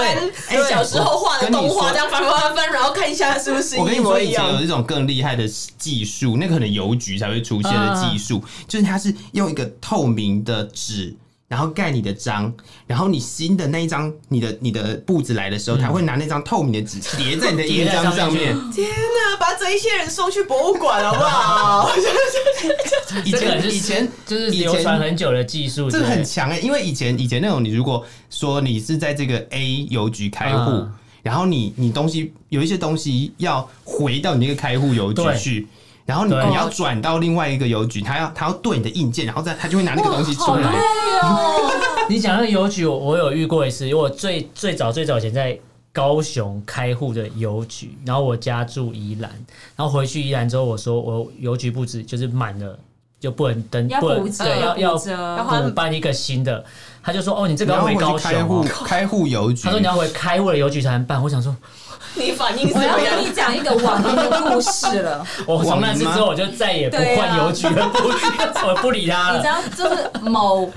Speaker 1: 哎
Speaker 3: 对
Speaker 1: 小时候画的动画这样翻翻翻翻，然后看一下是不是
Speaker 3: 我跟
Speaker 1: 一
Speaker 3: 你说，
Speaker 1: 模一
Speaker 3: 以前有
Speaker 1: 样。
Speaker 3: 一种更厉害的技术，那可能邮局才会出现的技术，
Speaker 4: 啊
Speaker 3: 就是它是用一个透明的纸。然后盖你的章，然后你新的那一张，你的你的簿子来的时候，他会拿那张透明的 纸叠在你的印章上面。
Speaker 1: 天哪，把这一些人送去博物馆好不好？
Speaker 3: 以
Speaker 4: 这
Speaker 3: 前
Speaker 4: 个就
Speaker 3: 以
Speaker 4: 是
Speaker 3: 前
Speaker 4: 就是
Speaker 3: 以前
Speaker 4: 流传很久的技术，
Speaker 3: 这个很
Speaker 4: 对
Speaker 3: 强哎、因为以前以前那种，你如果说你是在这个 A 邮局开户，
Speaker 4: 嗯
Speaker 3: 然后你你东西有一些东西要回到你那个开户邮局
Speaker 4: 对
Speaker 3: 去，然后你
Speaker 4: 对
Speaker 3: 你要转到另外一个邮局，他要他要对你的硬件，然后再他就会拿那个东西
Speaker 4: 哦
Speaker 3: 出来。
Speaker 2: 啊
Speaker 4: 你讲到邮局，我我有遇过一次，因为我最最早最早以前在高雄开户的邮局，然后我家住宜兰，然后回去宜兰之后，我说我邮局不止就是满了。就不能登，
Speaker 2: 要
Speaker 4: 不能
Speaker 2: 补折
Speaker 4: 对，要
Speaker 2: 补折
Speaker 4: 要补办一个新的。他就说：“哦，你这个
Speaker 3: 然
Speaker 4: 要
Speaker 3: 后
Speaker 4: 回
Speaker 3: 回
Speaker 4: 高
Speaker 3: 去
Speaker 4: 雄、
Speaker 3: 开户
Speaker 4: 哦。
Speaker 3: 开户邮”局
Speaker 4: 他说：“你要回开户的邮局才能办。”我想说，
Speaker 1: 你反应是
Speaker 2: 我
Speaker 1: 怎
Speaker 2: 要
Speaker 1: 么样
Speaker 2: 跟？你讲一个网民的故事了。
Speaker 4: 我哦从那次之后，我就再也不换邮局了，不 我不理他
Speaker 2: 你知
Speaker 4: 了。
Speaker 2: 道，就是某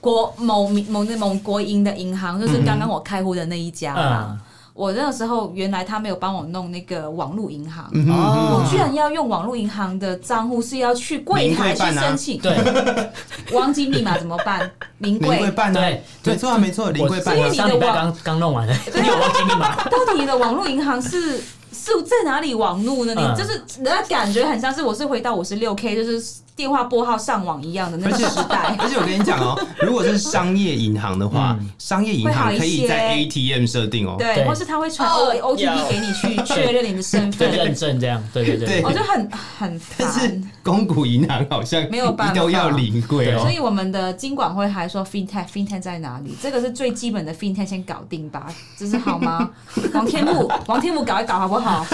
Speaker 2: 国某民某那某国营的银行，就是刚刚我开户的那一家嘛。
Speaker 4: 嗯，
Speaker 2: 我那个时候原来他没有帮我弄那个网络银行，
Speaker 3: 嗯
Speaker 4: 哦
Speaker 2: 我居然要用网络银行的账户，是要去柜
Speaker 3: 临柜
Speaker 2: 台去
Speaker 3: 办啊
Speaker 2: 申请，
Speaker 4: 嗯对，
Speaker 2: 忘记密码怎么办？临
Speaker 3: 临柜
Speaker 2: 柜。
Speaker 3: 办啊
Speaker 4: 对，
Speaker 3: 没错啊没错，临
Speaker 4: 我
Speaker 3: 柜办
Speaker 2: 所以
Speaker 3: 啊
Speaker 2: 你。
Speaker 4: 上礼拜刚刚弄完了， 你有忘 记密码？
Speaker 2: 到底你的网络银行是是在哪里网路呢？你
Speaker 4: 嗯
Speaker 2: 就是人家感觉很像是我是回到五十六 K，就是电话拨号上网一样的那
Speaker 3: 而
Speaker 2: 个
Speaker 3: 且
Speaker 2: 时代。
Speaker 3: 而且我跟你讲哦，如果是商业银行的话
Speaker 4: 嗯，
Speaker 3: 商业银
Speaker 2: 会好
Speaker 3: 行
Speaker 2: 一
Speaker 3: 可以在
Speaker 2: 些
Speaker 3: ATM 设定哦。
Speaker 2: 对，
Speaker 4: 对
Speaker 2: 或是他会传
Speaker 1: 哦
Speaker 2: O O T P
Speaker 1: 有
Speaker 2: 给你去确认你的身
Speaker 4: 对，
Speaker 2: 份，
Speaker 4: 认证这样，对对
Speaker 3: 对
Speaker 2: 我哦就很很
Speaker 3: 但是
Speaker 2: 烦。
Speaker 3: 公股银行好像
Speaker 2: 没有办法
Speaker 3: 都要临柜哦
Speaker 2: 所。以我们的金管会还说 FinTech FinTech 在哪里？这个是最基本的 FinTech 先搞定吧，这是好吗？王天木，王天木搞一搞好不好？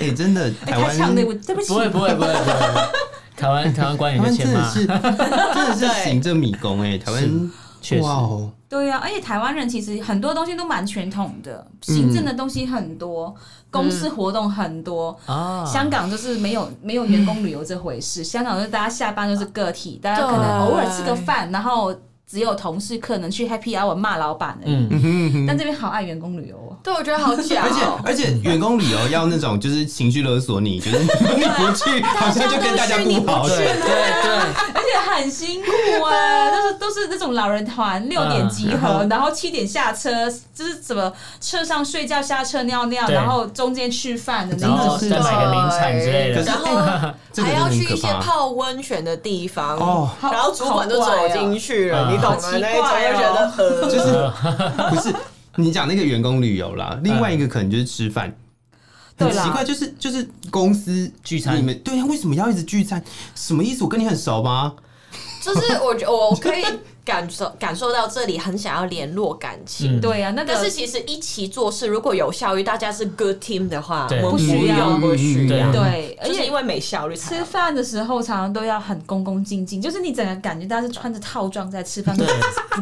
Speaker 3: 哎、真的，
Speaker 2: 哎
Speaker 3: 台
Speaker 2: 太
Speaker 3: 湾
Speaker 2: 呛了，我对不起
Speaker 4: 不。会不会不会不会，台湾台湾官
Speaker 3: 台
Speaker 4: 员
Speaker 3: 湾
Speaker 4: 就欠
Speaker 3: 真的
Speaker 4: 骂，
Speaker 3: 是真的是行政迷宫哎、 台湾
Speaker 4: 确实
Speaker 3: 哇哦，
Speaker 2: 对啊呀、而且台湾人其实很多东西都蛮传统的，行政的东西很多，公司活动很多。
Speaker 4: 啊
Speaker 2: 香港就是没有没有员工旅游这回事，香港就是大家下班就是个体，大家可能偶尔吃个饭，然后只有同事可能去 Happy Hour 骂老板而已。
Speaker 4: 嗯
Speaker 2: 但这边好爱员工旅游哦。
Speaker 1: 对，我觉得好哦假
Speaker 3: 而且而且员工旅游要那种就是情绪勒索你，就是 你不去，好像就跟大家不好
Speaker 4: 对
Speaker 3: 了。
Speaker 4: 对
Speaker 2: 而且很辛苦啊，都是都是那种老人团，六点集
Speaker 3: 然后
Speaker 2: 合，然后七点下车，就是怎么车上睡觉，下车尿尿，
Speaker 4: 对
Speaker 2: 然后中间吃饭的
Speaker 4: 对，
Speaker 2: 那
Speaker 4: 然后
Speaker 2: 种。
Speaker 4: 再买个名产之类
Speaker 3: 可是
Speaker 4: 的，
Speaker 1: 然后
Speaker 3: 哎 这个
Speaker 1: 还
Speaker 3: 真的
Speaker 1: 要
Speaker 3: 很
Speaker 1: 去一
Speaker 3: 可
Speaker 1: 些
Speaker 3: 怕。
Speaker 1: 泡温泉的地方
Speaker 3: 哦
Speaker 1: 然后主管就走进去了，
Speaker 4: 好
Speaker 1: 你懂
Speaker 2: 好
Speaker 1: 吗？
Speaker 2: 怪哦
Speaker 1: 那一种就觉得呃，
Speaker 3: 就是不是你讲那个员工旅游啦，另外一个可能就是吃饭。很
Speaker 2: 对啦
Speaker 3: 奇怪，就是就是公司
Speaker 4: 聚餐
Speaker 3: 你们对啊，为什么要一直聚餐？什么意思？我跟你很熟吗？
Speaker 1: 就是我觉我可以感受感受到这里很想要联络感情。
Speaker 4: 嗯
Speaker 2: 对呀、那个
Speaker 1: 但是其实一起做事，如果有效率，大家是 good team 的话，
Speaker 4: 对
Speaker 1: 我们
Speaker 2: 不需要
Speaker 3: 嗯
Speaker 1: 用不需
Speaker 4: 对
Speaker 1: 要，
Speaker 4: 啊
Speaker 2: 对，而
Speaker 1: 就
Speaker 2: 且
Speaker 1: 是因为没效率才
Speaker 2: 嗯吃
Speaker 1: 要。
Speaker 2: 饭的时候常常都要很恭恭敬敬，就是你整个感觉大家是穿着套装在吃饭，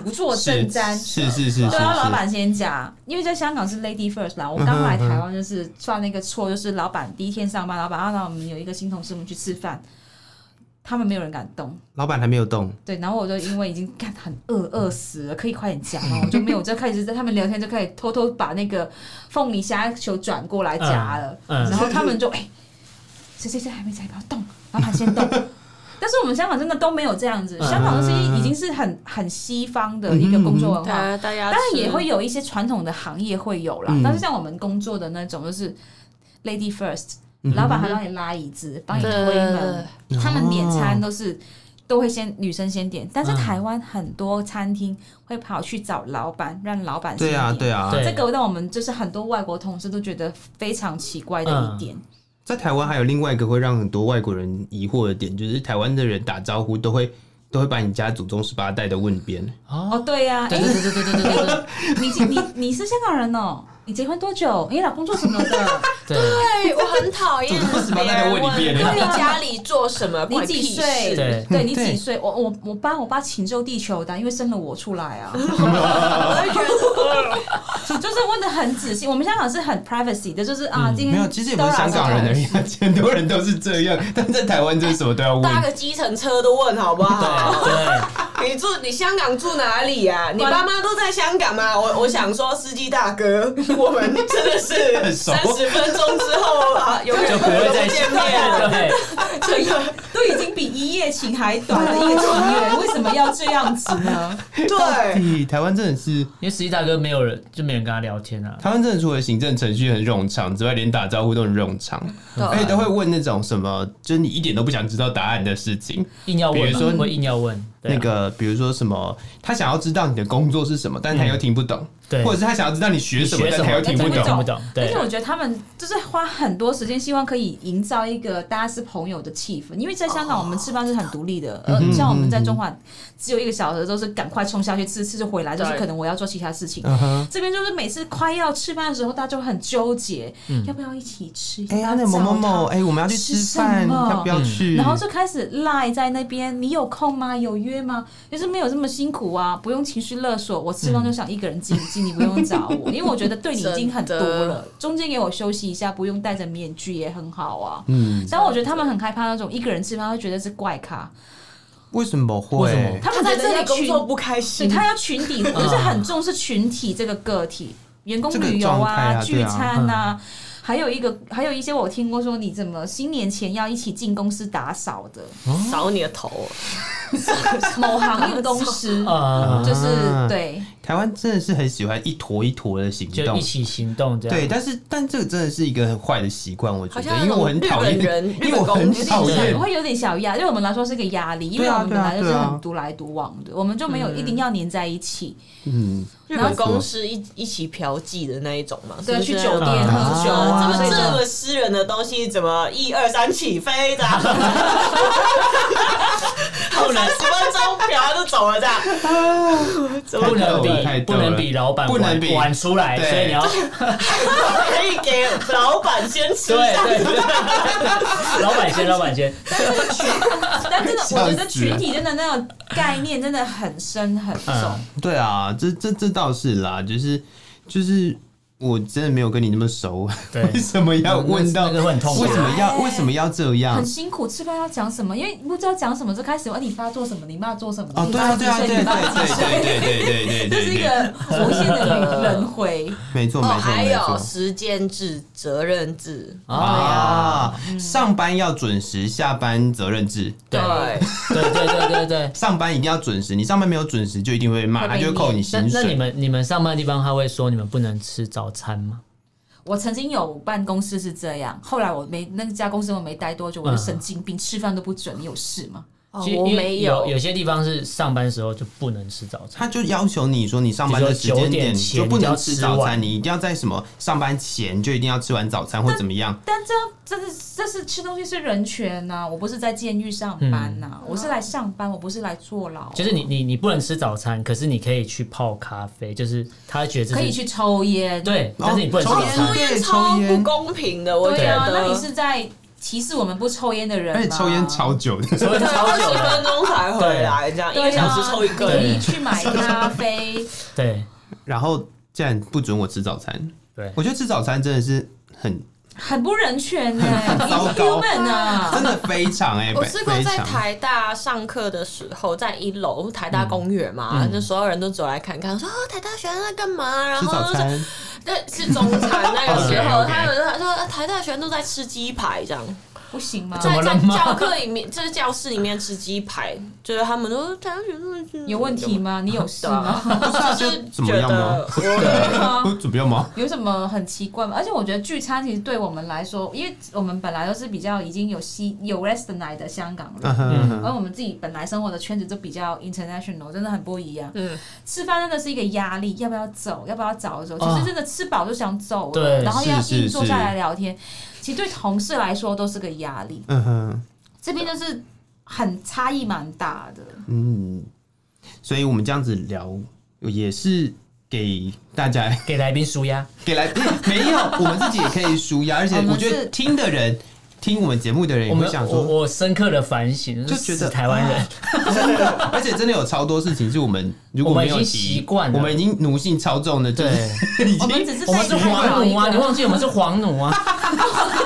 Speaker 2: 不做
Speaker 3: 是
Speaker 2: 正餐。
Speaker 3: 是是是是是
Speaker 2: 对啊，老板先讲，因为在香港是 lady first 啦。我刚来台湾就是犯了一个错，就是老板第一天上班，老板啊，那我们有一个新同事，我们去吃饭，他们没有人敢动。
Speaker 3: 老板还没有动，
Speaker 2: 对，然后我就因为已经干很 饿饿死了，可以快点夹吗？我就没有，我就开始在他们聊天，就开始偷偷把那个凤梨虾球转过来夹了，
Speaker 4: 嗯嗯
Speaker 2: 然后他 们就哎，谁谁谁还没夹，不要动，老板先动。 但是我们香港真的都没有这样子，
Speaker 4: 嗯
Speaker 2: 香港就是已经是很很西方的一个工作文化，
Speaker 1: 大大家
Speaker 2: 当然也
Speaker 1: 吃
Speaker 2: 会有一些传统的行业会有啦，
Speaker 3: 嗯
Speaker 2: 但是像我们工作的那种就是 lady first，、老
Speaker 4: 嗯
Speaker 3: 嗯
Speaker 2: 板还帮你拉椅子，帮你推门，
Speaker 3: 哦
Speaker 2: 他们点餐都是。都会先女生先点，但是
Speaker 4: 嗯
Speaker 2: 台湾很多餐厅会跑去找老板，让老板先
Speaker 3: 对啊
Speaker 2: 点。
Speaker 3: 对啊，
Speaker 4: 对
Speaker 2: 这个让我们就是很多外国同事都觉得非常奇怪的一点。
Speaker 3: 在台湾还有另外一个会让很多外国人疑惑的点，就是台湾的人打招呼都会都会把你家祖宗十八代的问遍。
Speaker 2: 哦，对呀、啊，
Speaker 4: 对
Speaker 2: 哎，
Speaker 4: 对对对对对对对
Speaker 2: 你你你是香港人哦？你结婚多久？你老公做什么 的？
Speaker 4: 对，
Speaker 1: 对，我很讨厌
Speaker 3: 祖宗十八
Speaker 1: 别
Speaker 3: 代
Speaker 1: 人
Speaker 3: 问 一遍
Speaker 1: 问你家里做什么，
Speaker 2: 你
Speaker 1: 关
Speaker 2: 几
Speaker 1: 屁事
Speaker 2: 岁？
Speaker 4: 对
Speaker 2: 你
Speaker 3: 对
Speaker 2: 几岁？我我我爸我爸请救地球的，因为生了我出来 啊，
Speaker 1: 我就觉得
Speaker 2: 就是问的很仔细。我们香港是很 privacy 的，就是啊，今天
Speaker 3: 嗯没有，其实也不是香港人而已，啊很多人都是这样， 但在台湾就是什么都要问。
Speaker 1: 搭个计程车都问好不好？
Speaker 4: 对
Speaker 1: 你住你香港住哪里呀、你爸妈都在香港吗？我我想说，司机大哥，我们真的是
Speaker 3: 很熟
Speaker 1: 三十分钟之后啊，永
Speaker 4: 就
Speaker 1: 远
Speaker 4: 不会再
Speaker 1: 见面了。
Speaker 4: 对，
Speaker 1: 真的，
Speaker 2: 都已经比一夜情还短的一夜情缘，为什么要这样子 呢？
Speaker 1: 对，
Speaker 3: 咦 台湾真的是，
Speaker 4: 因为十一大哥没有人，就没人跟他聊天啊。
Speaker 3: 台湾真的除了行政程序很冗长之外，连打招呼都很冗长，
Speaker 2: 啊
Speaker 3: 而且都会问那种什么，就是你一点都不想知道答案的事情。
Speaker 4: 硬要问嘛，
Speaker 3: 比如说
Speaker 4: 会硬要问对啊
Speaker 3: 那个，比如说什么，他想要知道你的工作是什么，但他又听不懂，
Speaker 4: 对
Speaker 3: 或者是他想要知道你学什么，但他又听不
Speaker 4: 但
Speaker 3: 懂
Speaker 4: 听。不懂，
Speaker 2: 而
Speaker 4: 对
Speaker 2: 且，我觉得他们就是花很多时间，希望可以营造一个大家是朋友的气氛。因为在香港，我们吃饭是很独立的，
Speaker 3: 嗯
Speaker 2: 呃，像我们在中华只有一个小时，都是赶快冲下去吃，吃就回来，就是
Speaker 1: 对
Speaker 2: 可能我要做其他事情。
Speaker 3: 嗯哼
Speaker 2: 这边就是每次快要吃饭的时候，大家就很纠结，
Speaker 3: 嗯
Speaker 2: 要不要一起吃？
Speaker 3: 哎
Speaker 2: 要不
Speaker 3: 呀，那
Speaker 2: 要
Speaker 3: 某某
Speaker 2: 找他
Speaker 3: 某，哎，我们要去吃饭，
Speaker 2: 吃什么
Speaker 3: 要不要
Speaker 1: 嗯
Speaker 3: 去？
Speaker 2: 然后就开始赖在那边，你有空吗？有约吗？就是没有这么辛苦啊，不用情绪勒索，我吃饭就想一个人静一静，你不用找我，因为我觉得对你已经很多
Speaker 1: 真
Speaker 2: 了
Speaker 1: 的，
Speaker 2: 中间给我休息一下，不用戴着面具也很好啊。
Speaker 3: 嗯，
Speaker 2: 但我觉得他们很害怕那种一个人吃饭会觉得是怪咖，
Speaker 3: 为什么
Speaker 4: 为什么
Speaker 3: 会？
Speaker 2: 他们在这里
Speaker 1: 工作
Speaker 2: 群
Speaker 1: 不开
Speaker 2: 对
Speaker 1: 心，
Speaker 2: 他要群体，就是很重视群体这个个体，员工
Speaker 3: 这个
Speaker 2: 旅游
Speaker 3: 状态
Speaker 2: 啊、
Speaker 3: 啊对
Speaker 2: 聚
Speaker 3: 啊
Speaker 2: 餐啊，还有一个还有一些我听过说，你怎么新年前要一起进公司打扫的，
Speaker 1: 扫你的头，
Speaker 2: 某行业公 司
Speaker 4: 呃，
Speaker 2: 就是
Speaker 3: 啊
Speaker 2: 对，
Speaker 3: 台湾真的是很喜欢一坨一坨的行
Speaker 4: 就
Speaker 3: 动
Speaker 4: 一。起行动这样。
Speaker 3: 对，但是但这个真的是一个很坏的习惯，我觉
Speaker 1: 好
Speaker 3: 得
Speaker 1: 像，那
Speaker 3: 因为我
Speaker 1: 种
Speaker 3: 很
Speaker 1: 日
Speaker 3: 讨厌
Speaker 1: 本，人、
Speaker 3: 因
Speaker 1: 日
Speaker 3: 为我
Speaker 1: 本
Speaker 3: 很
Speaker 1: 公司
Speaker 3: 讨厌
Speaker 2: 会有点小压，对我们来说是个压力，因为
Speaker 3: 对啊
Speaker 2: 我们本来就是
Speaker 3: 对啊对啊
Speaker 2: 很独来独往的，我们就没有一定要黏在一起。
Speaker 3: 嗯，
Speaker 1: 日本公司一一起嫖妓的那一种嘛，
Speaker 2: 对，
Speaker 1: 是不是
Speaker 2: 去酒店喝
Speaker 4: 啊
Speaker 2: 酒
Speaker 1: 这
Speaker 2: 啊，
Speaker 1: 么
Speaker 2: 所以就
Speaker 1: 这么私人的东西，怎么一二三起飞的？好，三十分钟表就走了这样，怎么
Speaker 4: 不能
Speaker 3: 太
Speaker 4: 比
Speaker 3: 逗
Speaker 4: 不
Speaker 3: 了
Speaker 4: 能比老板
Speaker 3: 不能比
Speaker 4: 晚晚出来，
Speaker 3: 对
Speaker 4: 所以你要
Speaker 1: 可以给老板先吃
Speaker 4: 对
Speaker 1: 下？
Speaker 4: 对对，老板先，老板先，
Speaker 2: 但真的，
Speaker 3: 笑死
Speaker 2: 我觉得群体真的那种概念真的很深很重。
Speaker 4: 嗯，
Speaker 3: 对啊，这这这倒是啦，就是就是我真的没有跟你那么熟，
Speaker 4: 对
Speaker 3: 为什么要问到
Speaker 4: 那个会很痛苦
Speaker 3: 为什么要
Speaker 2: 对
Speaker 3: 为什么要这样
Speaker 2: 很？辛苦，吃饭要讲什么？因为不知道讲什么，就开始哦问你爸做什么，你妈做什么，
Speaker 3: 哦，
Speaker 2: 你
Speaker 3: 对
Speaker 2: 爸
Speaker 3: 啊，
Speaker 2: 几
Speaker 3: 对啊，
Speaker 2: 岁，
Speaker 3: 对
Speaker 2: 你
Speaker 3: 对
Speaker 2: 爸几岁，
Speaker 3: 对对对对
Speaker 2: 这
Speaker 3: 对对
Speaker 2: 是
Speaker 3: 对
Speaker 2: 一
Speaker 3: 对，
Speaker 2: 个无限的轮回。
Speaker 3: 没错
Speaker 1: 哦，
Speaker 3: 没错
Speaker 1: 还
Speaker 3: 没
Speaker 1: 有
Speaker 3: 错。
Speaker 1: 时间制、责任制，
Speaker 3: 啊，上班要准时，下班责任制。
Speaker 4: 对对对对 对对。
Speaker 3: 上班一定要准时，你上班没有准时就一定会被骂，
Speaker 2: 会
Speaker 3: 他
Speaker 2: 被
Speaker 3: 就会扣你
Speaker 4: 那
Speaker 3: 薪
Speaker 4: 那你
Speaker 3: 水。
Speaker 4: 们你们上班的地方他会说你们不能吃早餐吗？
Speaker 2: 我曾经有办公室是这样，后来我没那家公司我没待多久，我就神经病，吃饭都不准，你有事吗？
Speaker 1: 哦
Speaker 4: 其实
Speaker 1: 我
Speaker 4: 因为
Speaker 1: 没
Speaker 4: 有，
Speaker 1: 有
Speaker 4: 有些地方是上班时候就不能吃早餐。
Speaker 3: 他就要求你说，你上班的时间点
Speaker 4: 比如说9点前
Speaker 3: 就不能吃
Speaker 4: 你就
Speaker 3: 早
Speaker 4: 要吃完
Speaker 3: 餐，你一定要在什么上班前就一定要吃完早餐或怎么样。
Speaker 2: 但这样这是这是吃东西是人权呐、我不是在监狱上班呐、我是来上班，我不是来坐牢。啊
Speaker 4: 就是你你你不能吃早餐，可是你可以去泡咖啡，就是他觉得这是
Speaker 2: 可以去抽烟，
Speaker 4: 对，
Speaker 3: 哦
Speaker 4: 但是你不能吃早
Speaker 3: 抽
Speaker 4: 餐。
Speaker 3: 烟对
Speaker 1: 超
Speaker 3: 抽
Speaker 1: 不
Speaker 3: 烟，
Speaker 1: 公平的，我觉
Speaker 2: 对啊，
Speaker 1: 得。
Speaker 2: 那你是在歧视我们不抽烟的人吗？
Speaker 3: 而且哎抽烟超久的，
Speaker 4: 所以
Speaker 1: 对
Speaker 4: 超
Speaker 1: 二
Speaker 4: 久
Speaker 1: 十分
Speaker 4: 的，
Speaker 1: 钟才回来，这样一
Speaker 2: 对啊啊
Speaker 1: 个小时抽一
Speaker 2: 可
Speaker 1: 根，
Speaker 2: 以去买咖啡，
Speaker 4: 对
Speaker 3: 然后竟然不准我吃早餐，
Speaker 4: 对，
Speaker 3: 我觉得吃早餐真的是很
Speaker 2: 很不人权呢、
Speaker 3: 很糟糕
Speaker 2: human 啊，
Speaker 3: 真的非常哎、欸，
Speaker 1: 我吃过
Speaker 3: 非
Speaker 1: 在
Speaker 3: 常
Speaker 1: 台大上课的时候，在一楼台大公园嘛，就所有人都走来看看，说啊台大学生在干嘛？然
Speaker 3: 吃
Speaker 1: 后
Speaker 3: 早
Speaker 1: 就说
Speaker 3: 餐，
Speaker 1: 对是中餐那个时候，
Speaker 4: OK，OK
Speaker 1: 他有人说啊台大学生都在吃鸡排这样，
Speaker 2: 不行吗？
Speaker 4: 怎
Speaker 1: 在
Speaker 4: 么了
Speaker 1: 在
Speaker 4: 吗
Speaker 1: 教课里面，就是教室里面吃鸡排，就是他们都台大学生在吃
Speaker 2: 有问题？吗？你有事
Speaker 1: 对啊
Speaker 2: 吗？
Speaker 3: 不是啊，
Speaker 1: 就是
Speaker 3: 就怎么样吗？
Speaker 1: 觉得我
Speaker 2: 对啊
Speaker 3: 怎么样吗？
Speaker 2: 有什么很奇怪吗？而且我觉得聚餐其实对我们来说，因为我们本来都是比较已经有西有 western 的香港人，
Speaker 3: 嗯哼嗯哼
Speaker 2: 而我们自己本来生活的圈子就比较 international，真的很不一样。
Speaker 1: 嗯，
Speaker 2: 吃饭真的是一个压力，要不要走，要不要早走？其
Speaker 4: 啊
Speaker 2: 实真的吃饱就想走了，
Speaker 4: 对
Speaker 2: 然后要
Speaker 3: 是是
Speaker 2: 硬坐
Speaker 3: 是
Speaker 2: 下来聊天。其实对同事来说都是个压力，
Speaker 3: 嗯哼
Speaker 2: 这边就是很差异蛮大的。
Speaker 3: 嗯，所以我们这样子聊也是给大家
Speaker 4: 给来宾舒压，
Speaker 3: 给来 没有，我们自己也可以舒压，而且
Speaker 2: 我们
Speaker 3: 我觉得
Speaker 2: 是
Speaker 3: 听的人听我们节目的人也
Speaker 4: 我
Speaker 3: 会
Speaker 4: 们
Speaker 3: 想
Speaker 4: 我
Speaker 3: 说，
Speaker 4: 我深刻的反省，
Speaker 3: 就觉得啊
Speaker 4: 是台湾人，
Speaker 3: 真的， 而且真的有超多事情是我们如果没有
Speaker 4: 我们已经
Speaker 3: 提
Speaker 4: 习惯了
Speaker 3: 我们已经奴性超重的，就是
Speaker 4: 对。
Speaker 3: 已
Speaker 2: 我们
Speaker 3: 经
Speaker 2: 只是
Speaker 4: 我们
Speaker 2: 在
Speaker 4: 是
Speaker 2: 探讨
Speaker 4: 黄
Speaker 2: 一
Speaker 4: 奴啊！你
Speaker 2: 个。
Speaker 4: 忘记我们是黄奴 啊！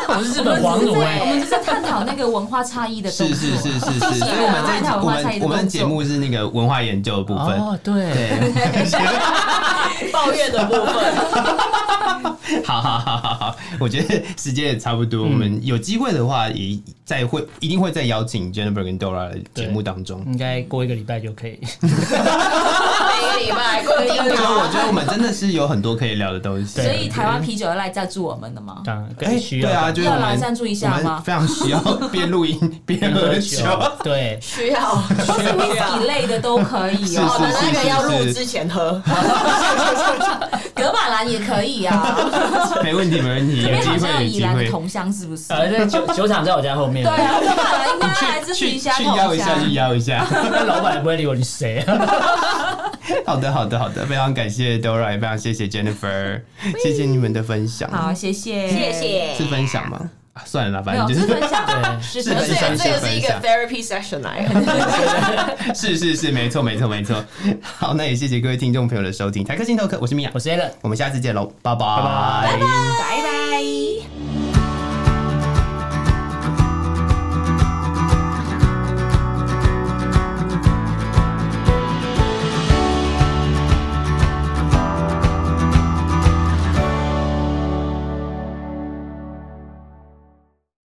Speaker 4: 我们是日本
Speaker 2: 我
Speaker 4: 黄
Speaker 2: 们只是在
Speaker 4: 奴
Speaker 2: 我
Speaker 4: 哎、
Speaker 2: 们只是探讨那个文化差异的动
Speaker 3: 是
Speaker 2: 作。
Speaker 3: 是是是是，所以我们这
Speaker 2: 探
Speaker 3: 一集
Speaker 2: 讨
Speaker 3: 我
Speaker 2: 文化差异
Speaker 3: 们
Speaker 2: 的
Speaker 3: 我们
Speaker 2: 动
Speaker 3: 的
Speaker 2: 作
Speaker 3: 节目是那个文化研究的部分，
Speaker 4: 哦，对，
Speaker 3: 对，
Speaker 1: 抱怨的部分，
Speaker 3: 好好好好好，我觉得时间也差不
Speaker 4: 嗯
Speaker 3: 多，我们有机会的话也再会一定会再邀请 Jennifer 跟 Dora 的节目当中。
Speaker 4: 应该过一个礼拜就可以。
Speaker 1: 每个礼 拜固定
Speaker 3: 所以啊我
Speaker 1: 的。
Speaker 3: 觉得我们真的是有很多可以聊的东西，
Speaker 2: 所以台湾啤酒要来赞助我们的吗？
Speaker 4: 当然
Speaker 3: 哎
Speaker 4: 更需要
Speaker 3: 对啊，就是我
Speaker 2: 要来
Speaker 3: 们
Speaker 2: 赞助一下吗
Speaker 3: 我们非常需要边录音边 喝酒。
Speaker 4: 对，
Speaker 1: 需要，需要
Speaker 2: 一。类的都可以
Speaker 1: 好
Speaker 2: 哦
Speaker 1: 的，，那个要录之前喝。
Speaker 2: 格马兰也可以 啊。
Speaker 3: 没问题，没问题，
Speaker 2: 这
Speaker 3: 有
Speaker 2: 边
Speaker 3: 机
Speaker 2: 好
Speaker 3: 会，
Speaker 2: 像有
Speaker 3: 有
Speaker 2: 宜
Speaker 3: 机
Speaker 2: 兰的
Speaker 3: 会。
Speaker 2: 同乡，是不是？
Speaker 4: 呃，在酒酒厂在我家后面。
Speaker 2: 对啊，格马兰应该来
Speaker 3: 去
Speaker 2: 支持
Speaker 3: 去
Speaker 2: 一下
Speaker 3: 去
Speaker 2: 同
Speaker 3: 邀一下，去
Speaker 2: 乡。
Speaker 3: 邀一下。
Speaker 4: 那老板也不会理我，你谁啊？
Speaker 3: 好的，好的，好的，非常感谢 Dora，也非常谢谢 Jennifer，谢谢你们的分享。
Speaker 2: 好，谢谢，
Speaker 1: 谢。谢。
Speaker 3: 是分享吗？啊，算了
Speaker 2: 没
Speaker 3: 啦，反
Speaker 2: 有
Speaker 3: 正就是是
Speaker 2: 分享，
Speaker 4: 对
Speaker 2: 是
Speaker 3: 是分
Speaker 2: 分
Speaker 1: 这
Speaker 3: 享
Speaker 2: 享
Speaker 1: 个。这个是一个 therapy session 来的，
Speaker 3: 是是是，没错没错没错。好，那也谢谢各位听众朋友的收听，台客镜头客，我是米娅
Speaker 4: 我，是 a l
Speaker 3: 我们下次见喽，拜
Speaker 4: 拜
Speaker 3: 拜。
Speaker 2: 拜拜。